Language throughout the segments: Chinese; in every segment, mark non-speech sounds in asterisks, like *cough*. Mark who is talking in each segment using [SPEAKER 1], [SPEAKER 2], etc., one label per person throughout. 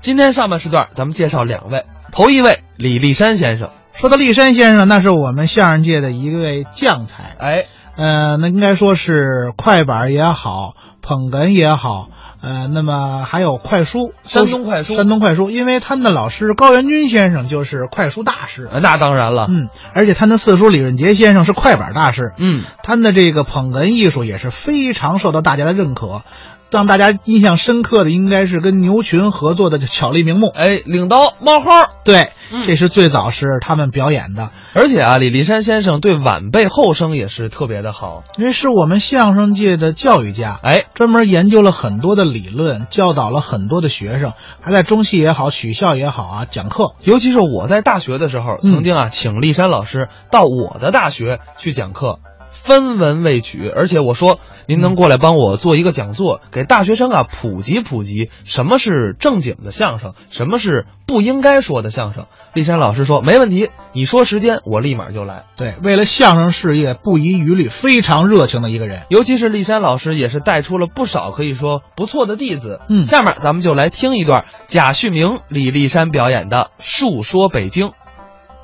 [SPEAKER 1] 今天上半时段咱们介绍两位，头一位李立山先生，
[SPEAKER 2] 说到立山先生，那是我们相声界的一位将才，
[SPEAKER 1] 哎，
[SPEAKER 2] 呃，那应该说是快板也好，捧哏也好，呃，那么还有快书，
[SPEAKER 1] 山东快书
[SPEAKER 2] 山东快书，因为他们的老师高元军先生就是快书大师，
[SPEAKER 1] 呃那当然了，
[SPEAKER 2] 嗯，而且他的四叔李润杰先生是快板大师，
[SPEAKER 1] 嗯，
[SPEAKER 2] 他们的这个捧哏艺术也是非常受到大家的认可，让大家印象深刻的应该是跟牛群合作的《巧立名目》，
[SPEAKER 1] 哎，领刀冒号。
[SPEAKER 2] 对
[SPEAKER 1] 嗯，
[SPEAKER 2] 这是最早是他们表演的，
[SPEAKER 1] 而且啊，李立山先生对晚辈后生也是特别的好，
[SPEAKER 2] 因为是我们相声界的教育家，
[SPEAKER 1] 哎，
[SPEAKER 2] 专门研究了很多的理论，教导了很多的学生，还在中戏也好，曲校也好啊讲课。
[SPEAKER 1] 尤其是我在大学的时候，
[SPEAKER 2] 嗯
[SPEAKER 1] 曾经啊请立山老师到我的大学去讲课，分文未取，而且我说您能过来帮我做一个讲座，给大学生啊普及普及什么是正经的相声，什么是不应该说的相声。立山老师说没问题，你说时间我立马就来。
[SPEAKER 2] 对，为了相声事业不遗余力，非常热情的一个人。
[SPEAKER 1] 尤其是立山老师也是带出了不少可以说不错的弟子。
[SPEAKER 2] 嗯
[SPEAKER 1] 下面咱们就来听一段贾旭明、李立山表演的《述说北京》。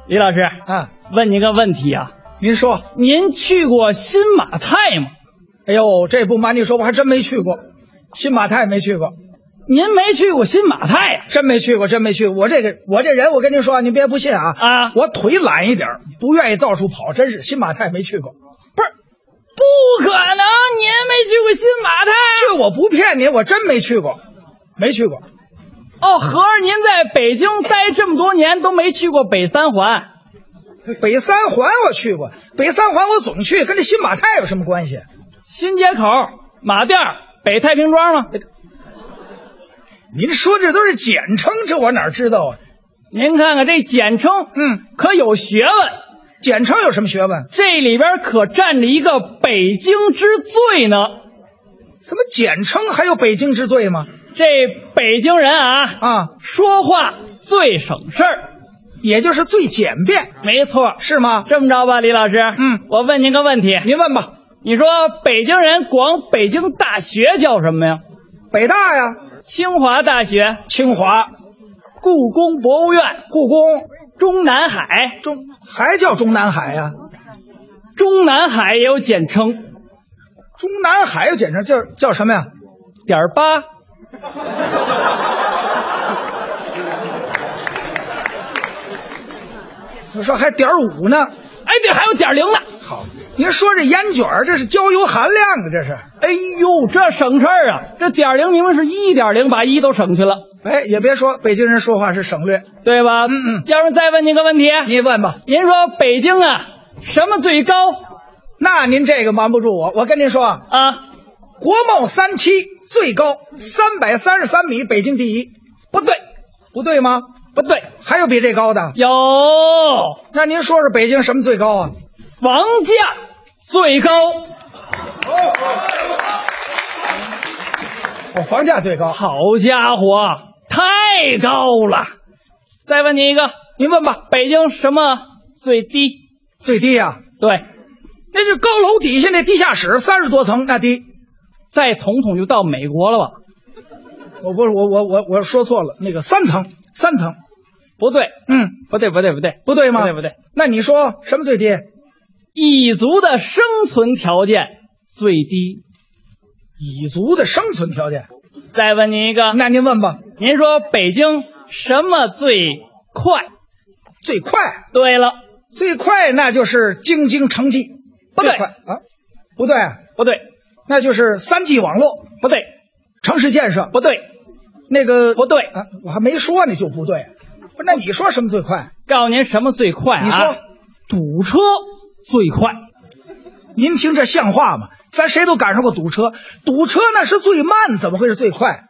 [SPEAKER 3] 李老师，
[SPEAKER 4] 啊，
[SPEAKER 3] 问您个问题啊，
[SPEAKER 4] 您说，
[SPEAKER 3] 您去过新马泰吗？
[SPEAKER 4] 哎呦，这不瞒你说，我还真没去过，新马泰没去过，
[SPEAKER 3] 您没去过新马泰啊呀、
[SPEAKER 4] 真没去过，真没去过。我这个我这人，我跟您说啊，您别不信啊，
[SPEAKER 3] 啊
[SPEAKER 4] 我腿懒一点儿，不愿意到处跑，真是新马泰没去过。不是，
[SPEAKER 3] 不可能，您没去过新马泰。啊
[SPEAKER 4] 这我不骗你，我真没去过，没去过。
[SPEAKER 3] 哦，合着您在北京待这么多年都没去过北三环？
[SPEAKER 4] 北三环我去过，北三环我总去，跟这新马泰有什么关系？
[SPEAKER 3] 新街口、马甸儿、北太平庄
[SPEAKER 4] 呃
[SPEAKER 3] 吗？
[SPEAKER 4] 您说这都是简称，这我哪知道啊？
[SPEAKER 3] 您看看这简称，
[SPEAKER 4] 嗯，
[SPEAKER 3] 可有学问。
[SPEAKER 4] 简称有什么学问？
[SPEAKER 3] 这里边可站着一个北京之最呢。
[SPEAKER 4] 什么简称还有北京之最吗？
[SPEAKER 3] 这北京人啊，
[SPEAKER 4] 啊，
[SPEAKER 3] 说话最省事儿，
[SPEAKER 4] 也就是最简便，
[SPEAKER 3] 没错。
[SPEAKER 4] 是吗？
[SPEAKER 3] 这么着吧，李老师，
[SPEAKER 4] 嗯
[SPEAKER 3] 我问您个问题，
[SPEAKER 4] 您问吧。
[SPEAKER 3] 你说北京人管北京大学叫什么呀？
[SPEAKER 4] 北大呀，
[SPEAKER 3] 清华大学、
[SPEAKER 4] 清华、
[SPEAKER 3] 故宫博物院、
[SPEAKER 4] 故宫、
[SPEAKER 3] 中南海，
[SPEAKER 4] 中还叫中南海呀、
[SPEAKER 3] 中南海也有简称，
[SPEAKER 4] 中南海又简称叫叫什么呀？
[SPEAKER 3] 点儿八。哎
[SPEAKER 4] 我说还点儿五呢。
[SPEAKER 3] 哎，对，还有点儿零呢。
[SPEAKER 4] 好，您说这烟卷儿这是焦油含量啊，这是？
[SPEAKER 3] 哎呦，这省事儿啊！这点儿零明明是一点儿零，把一都省去了，
[SPEAKER 4] 哎，也别说北京人说话是省略，
[SPEAKER 3] 对吧？
[SPEAKER 4] 嗯嗯
[SPEAKER 3] 要是再问您个问题，
[SPEAKER 4] 您问吧。
[SPEAKER 3] 您说北京啊，什么最高
[SPEAKER 4] 那您这个瞒不住我，我跟您说啊，
[SPEAKER 3] 啊？
[SPEAKER 4] 国贸三期最高三百三十三米，北京第一，
[SPEAKER 3] 不对，
[SPEAKER 4] 不对吗？
[SPEAKER 3] 不对，
[SPEAKER 4] 还有比这高的？
[SPEAKER 3] 有
[SPEAKER 4] 那您说说北京什么最高啊？
[SPEAKER 3] 房价最高。
[SPEAKER 4] 哦，房价最高。
[SPEAKER 3] 好家伙，太高了！再问你一个，
[SPEAKER 4] 您问吧，
[SPEAKER 3] 北京什么最低？
[SPEAKER 4] 最低呀、
[SPEAKER 3] 对，
[SPEAKER 4] 那就高楼底下那地下室三十多层，那低。
[SPEAKER 3] 再统统就到美国了吧？
[SPEAKER 4] 我不是我我我我说错了，那个三层三层，
[SPEAKER 3] 不对，
[SPEAKER 4] 嗯，
[SPEAKER 3] 不对，不对，不对，
[SPEAKER 4] 不对吗？
[SPEAKER 3] 不对，不对，
[SPEAKER 4] 那你说什么最低？
[SPEAKER 3] 蚁族的生存条件最低。
[SPEAKER 4] 蚁族的生存条件？
[SPEAKER 3] 再问您一个，
[SPEAKER 4] 那您问吧，
[SPEAKER 3] 您说北京什么最快？
[SPEAKER 4] 最快
[SPEAKER 3] 对了，
[SPEAKER 4] 最快那就是京津城际，
[SPEAKER 3] 不对
[SPEAKER 4] 最快啊，不对啊，
[SPEAKER 3] 不对，
[SPEAKER 4] 那就是三 G 网络、
[SPEAKER 3] 不对，
[SPEAKER 4] 城市建设，
[SPEAKER 3] 不对，
[SPEAKER 4] 那个
[SPEAKER 3] 不对。
[SPEAKER 4] 啊，我还没说呢就不对，不是那你说什么最快？
[SPEAKER 3] 告诉您什么最快啊？
[SPEAKER 4] 你说
[SPEAKER 3] 堵车最快。
[SPEAKER 4] 您听这像话吗？咱谁都赶上过堵车，堵车那是最慢，怎么会是最快？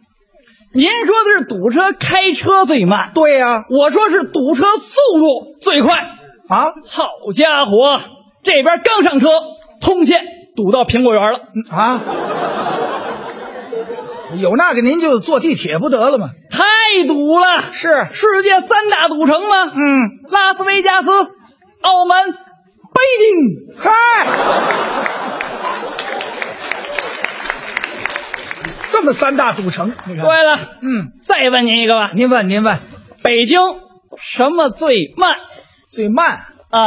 [SPEAKER 3] 您说的是堵车开车最慢，
[SPEAKER 4] 对呀、
[SPEAKER 3] 我说是堵车速度最快。
[SPEAKER 4] 啊，
[SPEAKER 3] 好家伙，这边刚上车，通县堵到苹果园了，
[SPEAKER 4] 嗯啊，有那个您就坐地铁不得了吗？
[SPEAKER 3] 太堵了！
[SPEAKER 4] 是
[SPEAKER 3] 世界三大赌城吗？
[SPEAKER 4] 嗯，
[SPEAKER 3] 拉斯维加斯、澳门。
[SPEAKER 4] 北京，嗨，这么三大赌城，你看，
[SPEAKER 3] 对了，
[SPEAKER 4] 嗯，
[SPEAKER 3] 再问您一个吧，
[SPEAKER 4] 您问您问，
[SPEAKER 3] 北京什么最慢
[SPEAKER 4] 最慢，
[SPEAKER 3] 啊？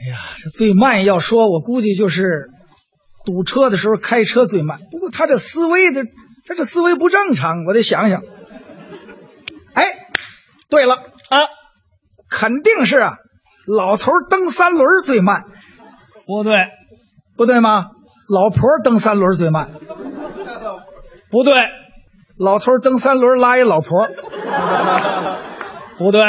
[SPEAKER 4] 哎呀，这最慢要说，我估计就是堵车的时候开车最慢。不过他这思维的，他这思维不正常，我得想想。哎，对了，
[SPEAKER 3] 啊，
[SPEAKER 4] 肯定是啊，老头儿蹬三轮儿最慢，
[SPEAKER 3] 不对，
[SPEAKER 4] 不对吗？老婆儿蹬三轮儿最慢，
[SPEAKER 3] 不对，
[SPEAKER 4] 老头儿蹬三轮儿拉一老婆儿，
[SPEAKER 3] 不对，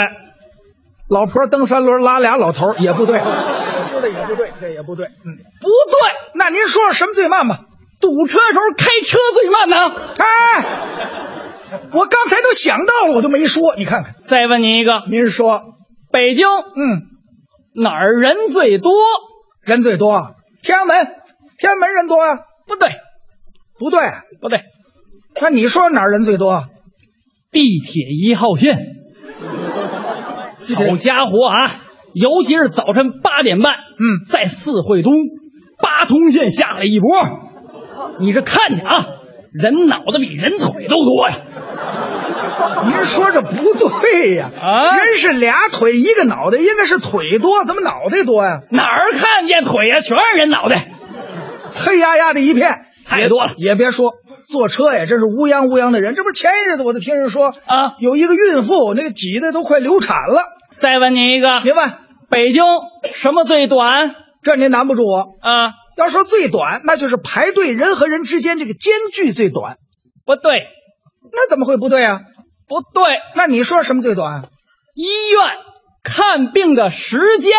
[SPEAKER 4] 老婆儿蹬三轮儿拉俩老头 *laughs* 儿也不对，知道也不对，这也不对。嗯，
[SPEAKER 3] 不对，
[SPEAKER 4] 那您说什么最慢吧？
[SPEAKER 3] 堵车时候开车最慢呢。
[SPEAKER 4] 哎，我刚才都想到了，我都没说。你看看，
[SPEAKER 3] 再问您一个，
[SPEAKER 4] 您说，
[SPEAKER 3] 北京
[SPEAKER 4] 嗯，
[SPEAKER 3] 哪儿人最多？
[SPEAKER 4] 人最多啊，天安门，天安门人多啊？
[SPEAKER 3] 不对，
[SPEAKER 4] 不对，
[SPEAKER 3] 不对，
[SPEAKER 4] 那你说哪儿人最多啊？
[SPEAKER 3] 地铁一号线。
[SPEAKER 4] *laughs* 地铁
[SPEAKER 3] 好家伙啊！尤其是早晨八点半，
[SPEAKER 4] 嗯，
[SPEAKER 3] 在四惠东八通线下了一波，你这看去啊，人脑袋比人腿都多呀！
[SPEAKER 4] 您说这不对呀、
[SPEAKER 3] 啊
[SPEAKER 4] 人是俩腿一个脑袋，应该是腿多，怎么脑袋多呀、
[SPEAKER 3] 哪儿看见腿呀、全是人脑袋，
[SPEAKER 4] 黑压压的一片，
[SPEAKER 3] 太多了
[SPEAKER 4] 也。也别说坐车呀，真是乌泱乌泱的人。这不是前一阵子我就听人说
[SPEAKER 3] 啊
[SPEAKER 4] 有一个孕妇那个挤的都快流产了。
[SPEAKER 3] 再问您一个，
[SPEAKER 4] 您问，
[SPEAKER 3] 北京什么最短
[SPEAKER 4] 这您难不住我。
[SPEAKER 3] 啊？
[SPEAKER 4] 要说最短，那就是排队人和人之间这个间距最短。
[SPEAKER 3] 不对，
[SPEAKER 4] 那怎么会不对啊？
[SPEAKER 3] 不对，
[SPEAKER 4] 那你说什么最短？啊
[SPEAKER 3] 医院看病的时间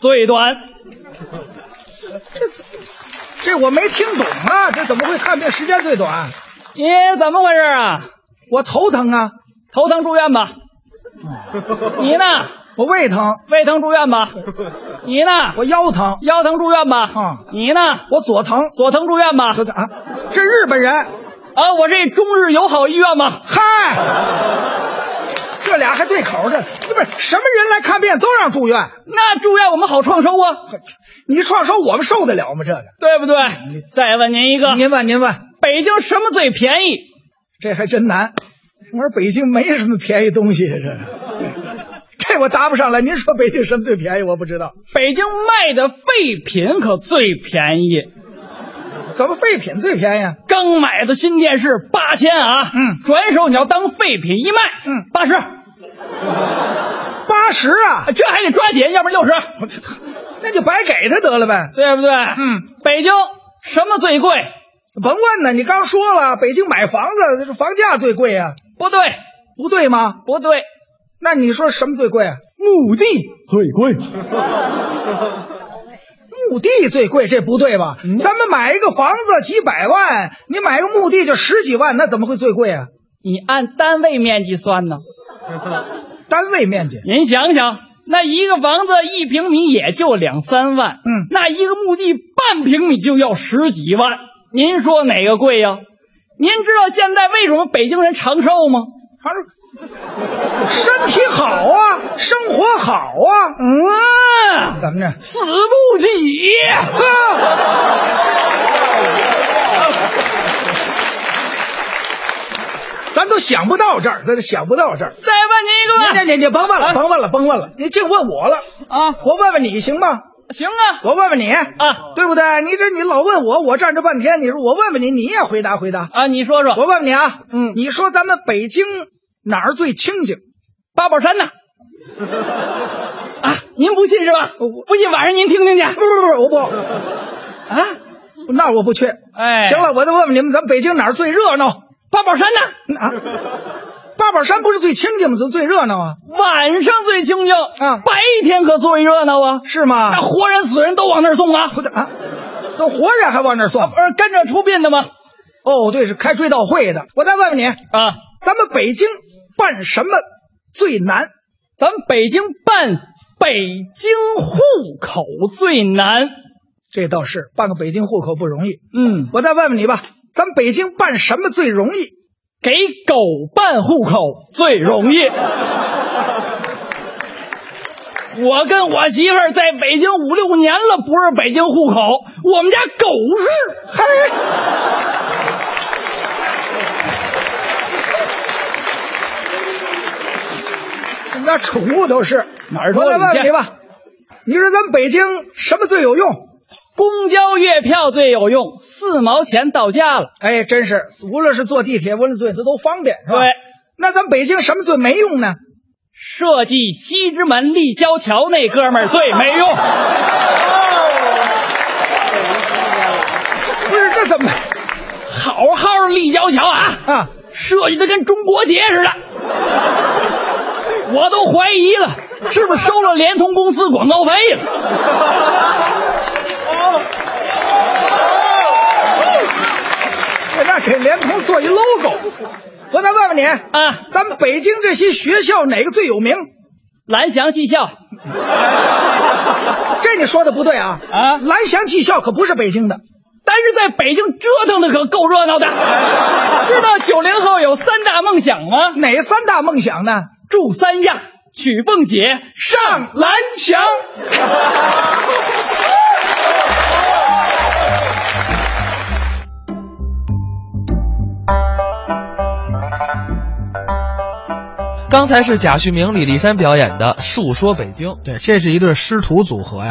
[SPEAKER 3] 最短。
[SPEAKER 4] 这我没听懂啊！这怎么会看病时间最短？啊
[SPEAKER 3] 你怎么回事啊？
[SPEAKER 4] 我头疼啊，
[SPEAKER 3] 头疼住院吧。你呢？
[SPEAKER 4] 我胃疼，
[SPEAKER 3] 胃疼住院吧。你呢？
[SPEAKER 4] 我腰疼，
[SPEAKER 3] 腰疼住院吧。
[SPEAKER 4] 嗯
[SPEAKER 3] 你呢？
[SPEAKER 4] 我左疼，
[SPEAKER 3] 左疼住院吧。
[SPEAKER 4] 左疼啊！这日本人，
[SPEAKER 3] 啊，我这中日友好医院吧。
[SPEAKER 4] 嗨，这俩还对口着，这不是什么人来看病都让住院，
[SPEAKER 3] 那住院我们好创收啊，
[SPEAKER 4] 你创收我们受得了吗？这个，
[SPEAKER 3] 对不对？再问您一个，
[SPEAKER 4] 您问您问，
[SPEAKER 3] 北京什么最便宜？
[SPEAKER 4] 这还真难。我说北京没什么便宜东西呀，这个，这我答不上来。您说北京什么最便宜？我不知道，
[SPEAKER 3] 北京卖的废品可最便宜，
[SPEAKER 4] 怎么废品最便宜啊？
[SPEAKER 3] 刚买的新电视八千啊，
[SPEAKER 4] 嗯
[SPEAKER 3] 转手你要当废品一卖，
[SPEAKER 4] 嗯
[SPEAKER 3] 八十，
[SPEAKER 4] 八十啊，
[SPEAKER 3] 这还得抓紧，要不然六十，
[SPEAKER 4] 那就白给他得了呗。
[SPEAKER 3] 对不对？
[SPEAKER 4] 嗯，
[SPEAKER 3] 北京什么最贵？
[SPEAKER 4] 甭问呢，你刚说了，北京买房子这房价最贵啊，
[SPEAKER 3] 不对，
[SPEAKER 4] 不对吗？
[SPEAKER 3] 不对，
[SPEAKER 4] 那你说什么最贵啊？
[SPEAKER 3] 墓地
[SPEAKER 2] 最贵，
[SPEAKER 4] *laughs* 墓地最贵，这不对吧？
[SPEAKER 2] 嗯
[SPEAKER 4] 咱们买一个房子几百万，你买个墓地就十几万，那怎么会最
[SPEAKER 2] *laughs*
[SPEAKER 4] 贵啊？
[SPEAKER 3] 你按单位面积算呢？
[SPEAKER 4] 单位面积，
[SPEAKER 3] 您想想，那一个房子一平米也就两三万，
[SPEAKER 4] 嗯
[SPEAKER 3] 那一个墓地半平米就要十几万，您说哪个贵呀？您知道现在为什么北京人长寿吗？
[SPEAKER 4] 他说身体好啊，生活好啊，
[SPEAKER 3] 嗯，
[SPEAKER 4] 怎么着？
[SPEAKER 3] 死不起。
[SPEAKER 2] 啊
[SPEAKER 4] *laughs* 咱都想不到这儿，咱都想不到这
[SPEAKER 2] 啊
[SPEAKER 4] 儿。
[SPEAKER 3] 再问您
[SPEAKER 4] 你
[SPEAKER 3] 一个吧，
[SPEAKER 4] 你你甭问
[SPEAKER 3] 啊
[SPEAKER 4] 了，甭问了，甭问了，你净问我了，
[SPEAKER 3] 啊，
[SPEAKER 4] 我问问你行吗？
[SPEAKER 3] 行啊，
[SPEAKER 4] 我问问你
[SPEAKER 3] 啊
[SPEAKER 4] 对不对？你这你老问我，我站这半天，你说我问问你，你也回答回答。
[SPEAKER 3] 啊，你说
[SPEAKER 4] 我
[SPEAKER 3] 说，
[SPEAKER 4] 问问你啊，
[SPEAKER 3] 嗯
[SPEAKER 4] 你说咱们北京哪儿最清静？
[SPEAKER 3] 八宝山呢？啊，您不信是吧？不信晚上您听听去
[SPEAKER 4] 不不不，我
[SPEAKER 3] 啊。
[SPEAKER 4] 不，那我不去。
[SPEAKER 3] 哎，
[SPEAKER 4] 行，了，我再问问你们，咱们北京哪儿最热闹？
[SPEAKER 3] 八宝山呢？
[SPEAKER 4] 啊，八宝山不是最清静吗？怎么最热闹啊？
[SPEAKER 3] 晚上最清静，
[SPEAKER 4] 嗯
[SPEAKER 3] 白天可最热闹啊，
[SPEAKER 4] 是吗？
[SPEAKER 3] 那活人死人都往那儿送啊，
[SPEAKER 4] 不对啊，都活人还往那儿送？
[SPEAKER 3] 呃，跟着出殡的吗？
[SPEAKER 4] 哦，对，是开追悼会的。我再问问你，
[SPEAKER 3] 啊，
[SPEAKER 4] 咱们北京办什么最难？
[SPEAKER 3] 咱们北京办北京户口最难，
[SPEAKER 4] 这倒是办个北京户口不容易。
[SPEAKER 3] 嗯，
[SPEAKER 4] 我再问问你吧，咱们北京办什么最容易？
[SPEAKER 3] 给狗办户口最容易。我跟我媳妇儿在北京五六年了，不是北京户口，我们家狗日，
[SPEAKER 4] 嘿，们家宠物都是。
[SPEAKER 3] 哪儿都
[SPEAKER 4] 我来
[SPEAKER 3] 有
[SPEAKER 4] 问问
[SPEAKER 3] 见
[SPEAKER 4] 你吧，你说咱北京什么最有用？
[SPEAKER 3] 公交月票最有用，四毛钱到家了。
[SPEAKER 4] 哎，真是，无论是坐地铁，无论坐这都方便，是吧？
[SPEAKER 3] 对。
[SPEAKER 4] 那咱北京什么最没用呢？
[SPEAKER 3] 设计西直门立交桥那哥们儿最没用，
[SPEAKER 4] 不是，这怎么
[SPEAKER 3] 好好立交桥啊，
[SPEAKER 4] 啊？
[SPEAKER 3] 设计的跟中国结似的，我都怀疑了，是不是收了联通公司广告费了？
[SPEAKER 4] 在那给联通做一 logo。我再问问你
[SPEAKER 3] 啊
[SPEAKER 4] 咱北京这些学校哪个最有名？
[SPEAKER 3] 蓝翔技校
[SPEAKER 4] 这你说的不对啊！
[SPEAKER 3] 啊
[SPEAKER 4] 蓝翔技校可不是北京的。
[SPEAKER 3] 但是在北京折腾的可够热闹的，知道九零后有三大梦想吗？
[SPEAKER 4] 哪三大梦想呢？
[SPEAKER 3] 住三亚，娶凤姐，
[SPEAKER 4] 上蓝翔。
[SPEAKER 1] 刚才是贾旭明、李立山表演的《述说北京》。
[SPEAKER 2] 对，这是一对师徒组合呀。